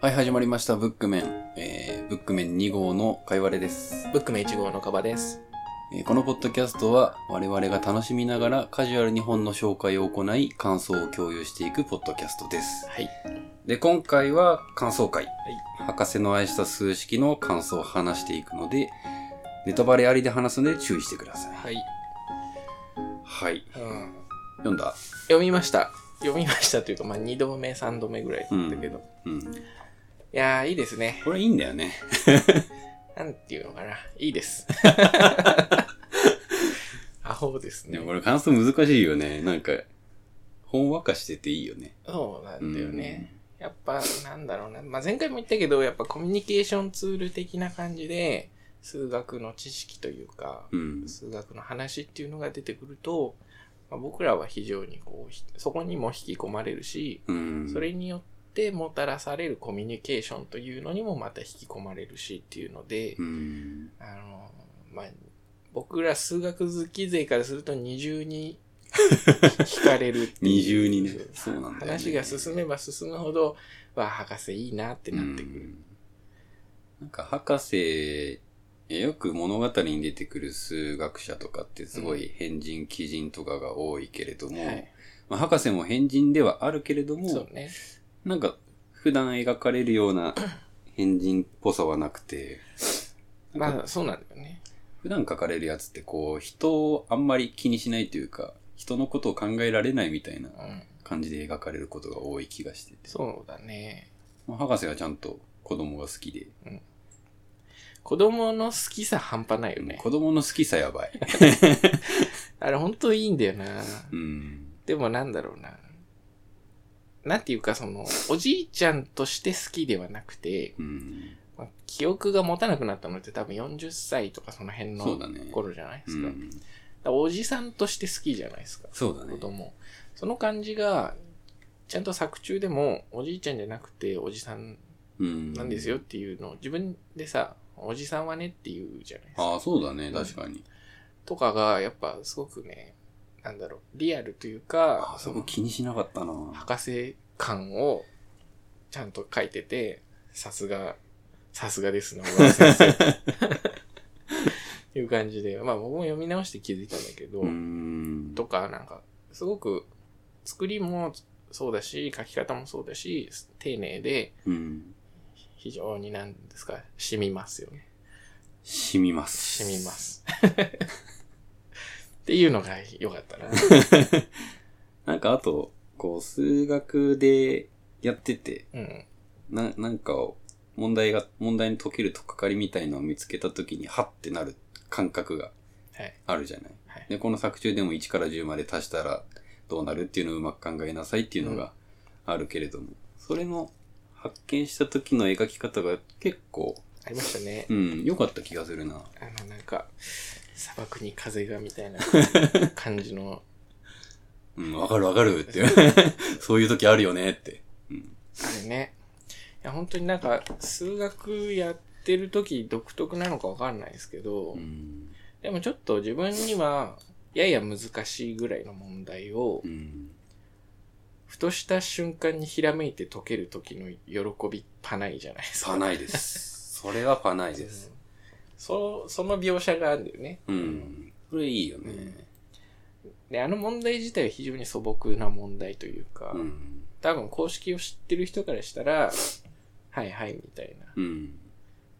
はい、始まりました。ブックメン。えー、ブックメン2号のかいわれです、ブックメン1号のカバです。えーこのポッドキャストは我々が楽しみながらカジュアルに本の紹介を行い、感想を共有していくポッドキャストです。はい。で、今回は感想会。博士の愛した数式の感想を話していくので、ネタバレありで話すので注意してください。はい。はい。うん。読んだ読みました。読みましたというか、まあ、2度目、3度目ぐらいだったけど。いうん。やー、いいですね。これいいんだよね。なんていうのかな。いい です。アホですでねも。これ感想難しいよね。なんか、ほんわかしてていいよね。そうなんだよね。やっぱ、なんだろうな。まあ、前回も言ったけど、やっぱコミュニケーションツール的な感じで、数学の知識というか、うん。数学の話っていうのが出てくると、まあ、僕らは非常にこうひ、そこにも引き込まれるし、うん。それによってもたらされるコミュニケーションというのにもまた引き込まれるしっていうので、うん。あの、まあ、僕ら数学好き勢からすると二 重に惹かれるっていう二重にねそうなんだよね話が進めば進むほど、わあ、博士いいなってなってくる。うんなんか博士、えよく物語に出てくる数学者とかってすごい変人、奇人とかが多いけれども、はい。まあ、博士も変人ではあるけれどそもう、ね。なんか普段描かれるような変人っぽさはなくて、まあ、そうなんだよね。普段描かれるやつってこう人をあんまり気にしないというか、人のことを考えられないみたいなうん。感じで描かれることが多い気がしてて、そうだね。まあ、博士はちゃんと子供が好きで、子供の好きさ半端ないよね。子供の好きさや ばい。あれ本当いいんだよな。うん。でもなんだろうな。なんていうかその、おじいちゃんとして好きではなくて、うん。まあ記憶が持たなくなったのって多分40歳とかその辺のそうだね頃じゃないでうすか。だかん、らおじさんとして好きじゃないですか。そうだね子。供。その感じが、ちゃんと作中でもおじいちゃんじゃなくておじさんうん。なんですよっていうのを自分でさ、おじさんはねっていうじゃないですか。ああ、そうだね、確かに。とかがやっぱすごくね、なんだろう、リアルというあか、あ、そこ気にしなかったな。博士感をちゃんと書いてて、さすが、さすがですね、小川先生。っていう感じで、まあ僕も読み直して気づいたんだけど、うーん。とかなんか、すごく作りもそうだし、書き方もそうだし、丁寧で、うん。非常になんですか、染みますよね。染みます。染みま。す。っていうのが良かったな。なんかあと、こう、数学でやってて、うん。な、なんかを、問題が、問題に解けるとっかかりみたいのを見つけたときに、はってなる感覚がはい。あるじゃない。はいで、この作中でも1から10まで足したらどうなるっていうのをうまく考えなさいっていうのがあるけれども、それの発見した時の描き方が結構、ありましたね。うん、良かった気がするな。あの、なんか、砂漠に風がみ たいな感じの、うん、わかるわかるって。 そういう時あるよねって。うん。あれね。いや、本当になんか、数学やってる時独特なのかわかんないですけど、うん。でもちょっと自分には、やや難しいぐらいの問題をう、ん。ふとした瞬間にひらめいて解ける時の喜びっぱないじゃないですか。パない です。それはパないでうすん。そその描写があるんだよね。うん。それいいよね。で、あの問題自体は非常に素朴な問題というか、うん。多分公式を知ってる人からしたら、はいはいみたいなうん。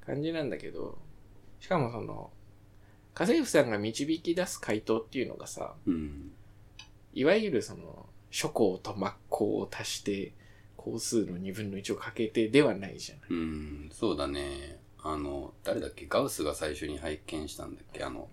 感じなんだけど、しかもその、家政婦さんが導き出す回答っていうのがさ、うん。いわゆるその、諸項と真っ項を足して、項数の2分の1をかけてではないじゃない。うん。そうだね。あの、誰だっけガウスが最初に拝見したんだっけあの、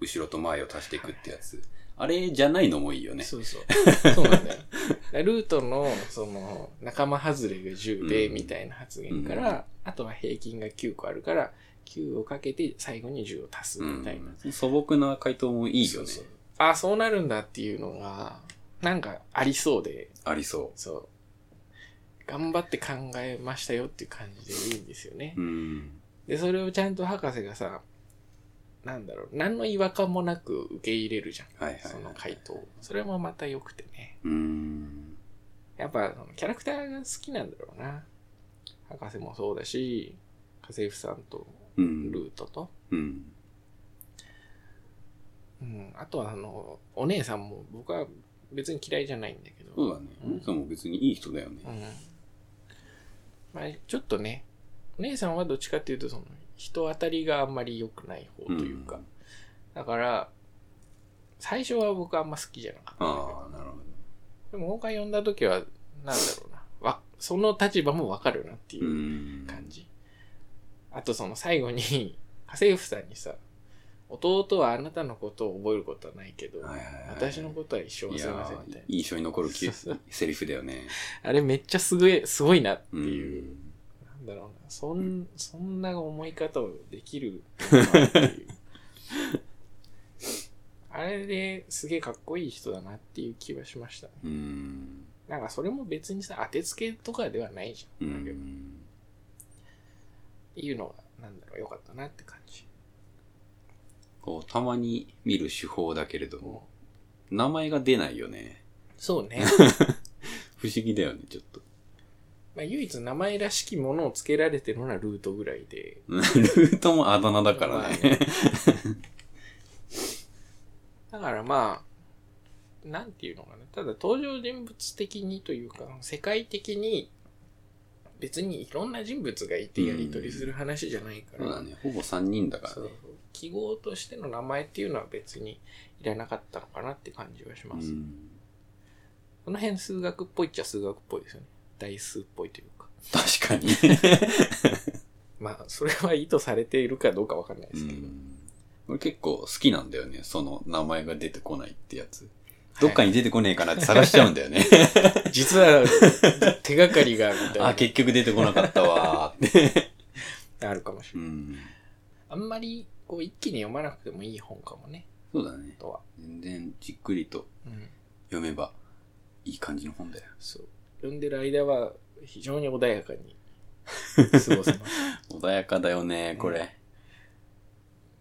後ろと前を足していくってやつ。あれじゃないのもいいよね。そうそう。そうなんだよ。だからルートの、その、仲間外れが10で、うんみたいな発言かうんら、あとは平均が9個あるから、9をかけて最後に10を足すうみたいな。ん。素朴な回答もいいよね。そうそうあ、そうなるんだっていうのが、なんかありそうで、ありそそう。頑張って考えましたよっていう感じでいいんですよねう。。うん。で、それをちゃんと博士がさ、なんだろう、何の違和感もなく受け入れるじゃん。はいはいはいその回答。それもまた良くてね。うん。やっぱ、そのキャラクターが好きなんだろうな。博士もそうだし、家政婦さんとうん。ルートと、うん。うん、あとはあの、お姉さんも僕は別に嫌いじゃないんだけど、そうだね。お姉さんも別にいい人だよねう。ん。まあ、ちょっとね、お姉さんはどっちかっていうと、その、人当たりがあんまり良くない方というか、んだから、最初は僕はあんま好きじゃなかったんだけど。ああ、なるほでも、今回読んだ時は、なんだろうな。わ、その立場もわかるなってど。う。いうん感じ。あと、その最後に、家政婦さんにさ、弟はあなたのことを覚えることはないけど、はいはいはい。私のことは一生忘いれませんやみたいなー、。印象に残るきそうそうセリフだよね。あれめっちゃすごい、すごいなってうんいう。なんだろうな、そん、そんな思い方をできるのかなっていうあれですげえかっこいい人だなっていう気はしましたね。うん。なんかそれも別にさ、当てつけとかではないじゃ。うんなんかっん。ていうのが、なんだろう、良かったなって感じ。こう、たまに見る手法だけれども、名前が出ないよね。そうね。不思議だよね、ちょっと。まあ唯一名前らしきものを付けられてるのはルートぐらいで。ルートもあだ名だからね。だからまあ、なんていうのかな。ただ登場人物的にというか、世界的に別にいろんな人物がいてやり取りする話じゃないかそうら、だね。ほぼ3人だからそうね。記号としての名前っていうのは別にいらなかったのかなって感じはしうます。ん。この辺数学っぽいっちゃ数学っぽいですよね。代数っぽいというか。確かに。まあ、それは意図されているかどうかわかんないでうすけど。ん。俺結構好きなんだよね。その名前が出てこないってやつ。どっかに出てこねえかなって探しちゃうんだよ ね。はい 実は、手がかりがみたいなあ、結局出てこなかったわーって。あるかもしれ ない。うん。あんまりこう一気に読まなくてもいい本かもね、そうだね。とは。全然じっくりとうん。読めばいい感じの本だよ。そう。読んでる間は非常に穏やかに過ごせます。穏やかだよね、これ。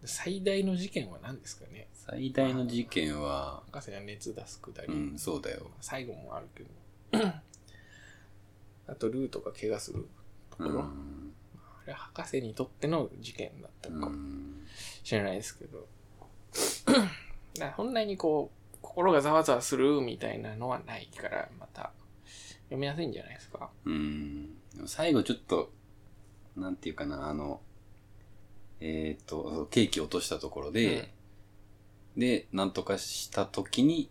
最大の事件は何ですかね最大の事件は、博士が熱出すくだり。うん、そうだよ。最後もあるけど。 あと、ルートが怪我するとこうろ。あん。れは博士にとっての事件だったうのかもん。しれないですけど。 だから本来にこう、心がざわざわするみたいなのはないから、また読みやすいんじゃないですか。うん。でも最後ちょっと、なんていうかな、あの、えっ、と、そうケーキ落としたところで、で、なんとかしたときに、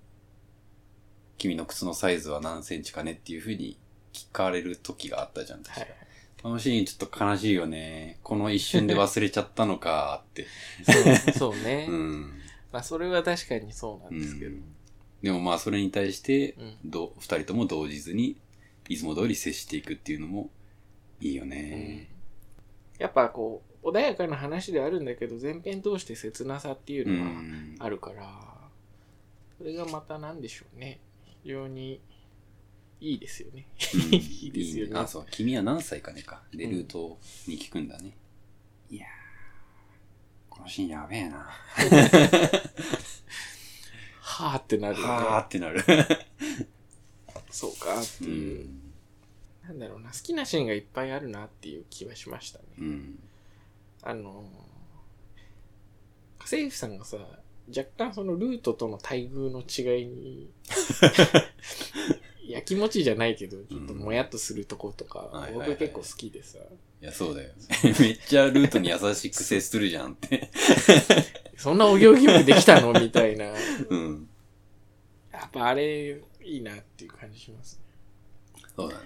君の靴のサイズは何センチかねっていうふうに聞かれる時があったじゃん。確はかい。このシーンちょっと悲しいよね。この一瞬で忘れちゃったのかーって。そうそう ね。うん。まあ、それは確かにそうなんでですけど。でもまあそれに対してうん。ど、二人とも動じずに、いつも通り接していくっていうのもいいようんね。やっぱこう、穏やかな話ではあるんだけど、前編通して切なさっていううのはん。あるから、それがまたなんでしょうね。非常にいいですよね。うんいいですよねあ、そう。君は何歳かねか。で、ルートに聞くんだね。いやー、このシーンやべえな。はあってなるよはーね。ってなる。そうかってういう、ん。なんだろうな。好きなシーンがいっぱいあるなっていう気はしましたね。うん。あのー、家政婦さんがさ、若干そのルートとの待遇の違 いに、やきもちじゃないけど、ちょっともやっとするとことうんはかい、はいはい僕結構好きでさ、いや、そうだよ。 めっちゃルートに優しく接するじゃんって。そんなお行儀よくできたのみたい な。やうん。っぱあれ、いいなっていう感じしますね。そうだね。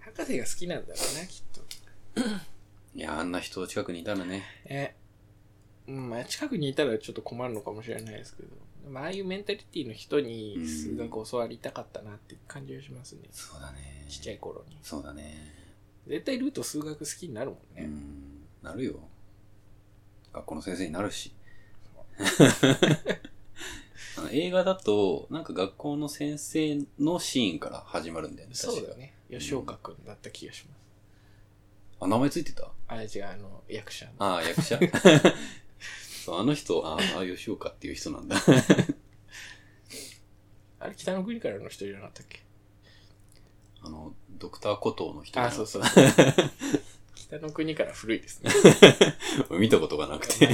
博士が好きなんだろうな、きっと。いや、あんな人を近くにいたらね。え、うん、まあ近くにいたらちょっと困るのかもしれないですけど、まあああいうメンタリティの人に数学教わりたかったなっていう感じがしますね。そうだね。ちっちゃい頃に。そうだね。絶対ルート数学好きになるもんうね。ん。なるよ。学校の先生になる し。あの映画だと、なんか学校の先生のシーンから始まるんだよね。そうだよね。ね。吉岡君だった気がします。あ、名前ついてたあれ違う、あの、役者の。ああ、役者。 そう、あの人、ああ、吉岡っていう人なん だ。あれ、北の国からの人じゃなかったっけあの、ドクターコトーの人。。あ、そうそううそう。 北の国から古いですね。 見たことがなくて。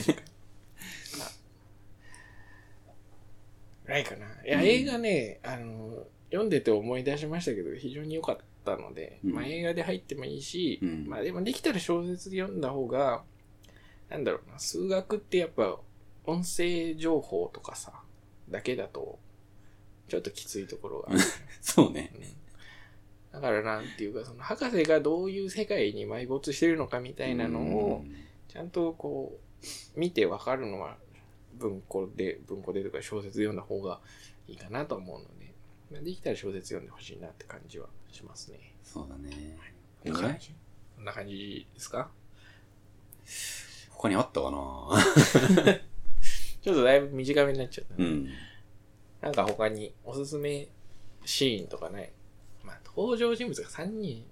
まあないかな。いや、うん映画ね、あの、読んでて思い出しましたけど、非常に良かったので、うんまあ映画で入ってもいいし、うんまあでもできたら小説で読んだ方が、なんだろうな、数学ってやっぱ音声情報とかさ、だけだと、ちょっときついところがある。そうね。 うんだからなんていうか、その博士がどういう世界に埋没してるのかみたいなのを、ちゃんとこう、見てわかるのは、文庫で、文庫でとか小説読んだ方がいいかなと思うので、まあできたら小説読んでほしいなって感じはしますね。そうだね。こんなこれぐら感いじこんな感じですか他にあったか なちょっとだいぶ短めになっちゃった、うん。なんか他におすすめシーンとかない。まあ、登場人物が3人。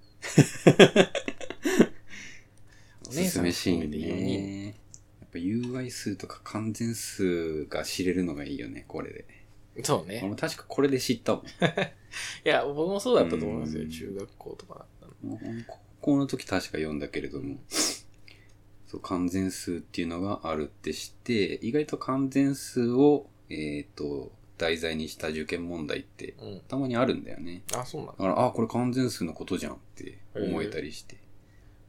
おすすめシーンお姉さん含めて四人ね。やっぱ UI 数とか完全数が知れるのがいいよね、これで。そう俺ね。も確かこれで知ったもん。いや、僕もそうだったと思うんですうよ。ん中学校とかだったの。高校の時確か読んだけれども、 そう、完全数っていうのがあるってして、意外と完全数を、えっ、と、題材にした受験問題ってうん。たまにあるんだよね。あ、そうなんだだから、あ、これ完全数のことじゃんって思えたりして。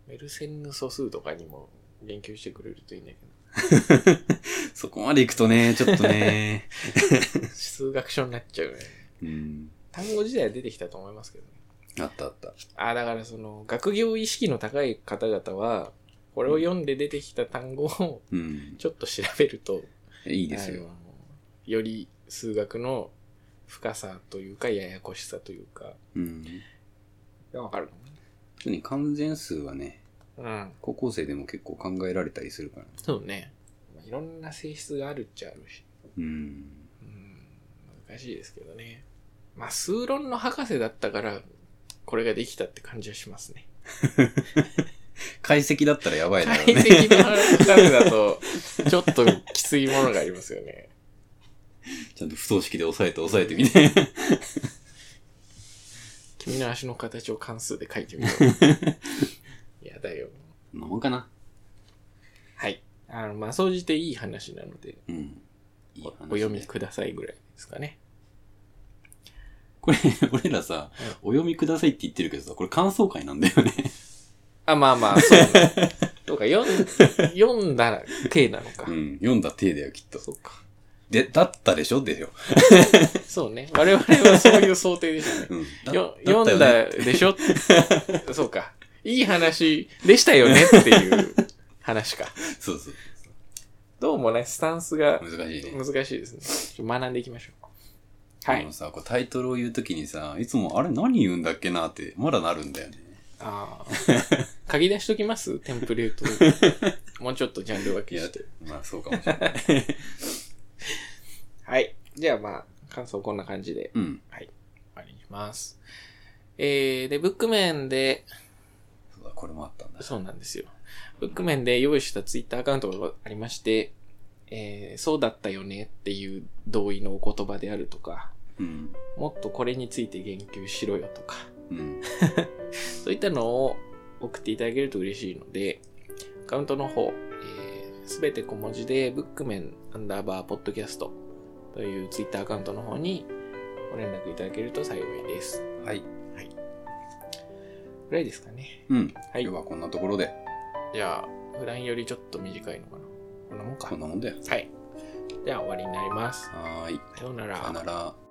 メルセンヌ素数とかにも言及してくれるといいんだけそこまで行くとね、ちょっとね。 ど、数学書になっちゃうね。うん。単語自体は出てきたと思いますけどね。あったあった。あ、だからその、学業意識の高い方々は、これを読んで出てきた単語をうん。ちょっと調べると、いいいですよ。より数学の深さというか、ややこしさというか、うん。がわかる特に完全数はね、のね。うん。高校生でも結構考えられたりするから、ね、そうね。まあいろんな性質があるっちゃあるし。うん。うん難しいですけどね。まあ、数論の博士だったから、これができたって感じはします ね。解析だったらやばいだ解ろうね。析の博士だと、ちょっときついものがありますよね。ちゃんと不等式で押さえて押さえてみた いな。君の足の形を関数で書いてみよ う。やだよ。なもんかな。はい。あの、まあ、総じていい話なので、うん。いいお話お読みくださいぐらいですかね。これ、俺らさ、お読みくださいって言ってるけどさ、これ感想会なんだよね。あ、まあまあ、そうね。どうか、読ん読んだら手なのか う。ん。読んだ体だよ、きっと。そうか。で、だったでしょでよ。そうね。我々はそういう想定でしたね。 うん。だよたよね読んだでしょ そうか。いい話でしたよねっていう話か。そうそう。どうもね、スタンスが難しいね。難しいですね。ちょっと学んでいきましょう。はでいも。さ、こうタイトルを言うときにさ、いつもあれ何言うんだっけなって、まだなるんだよね。あ ー書き出しときますテンプレート。もうちょっとジャンル分いけやして。、まあそうかもしれない。はい。じゃあまあ、感想こんな感じでうん。終わりにします。えー、で、ブックメンで、そうだ、これもあったんだ。そうなんですよ。ブックメンで用意したツイッターアカウントがありまして、えーそうだったよねっていう同意のお言葉であるとか、うん。もっとこれについて言及しろよとか、うん。そういったのを送っていただけると嬉しいので、アカウントの方、す、べ、全て小文字で、ブックメンアンダーバーポッドキャストというツイッターアカウントの方にご連絡いただけると幸いです。はい。ぐらいですかね。うん。はい今日。はこんなところで、じゃあ、普段よりちょっと短いのかな。こんなもんかこん。なもんだよ。はい。じゃあ終わりになります。はーい。さようなさよなら。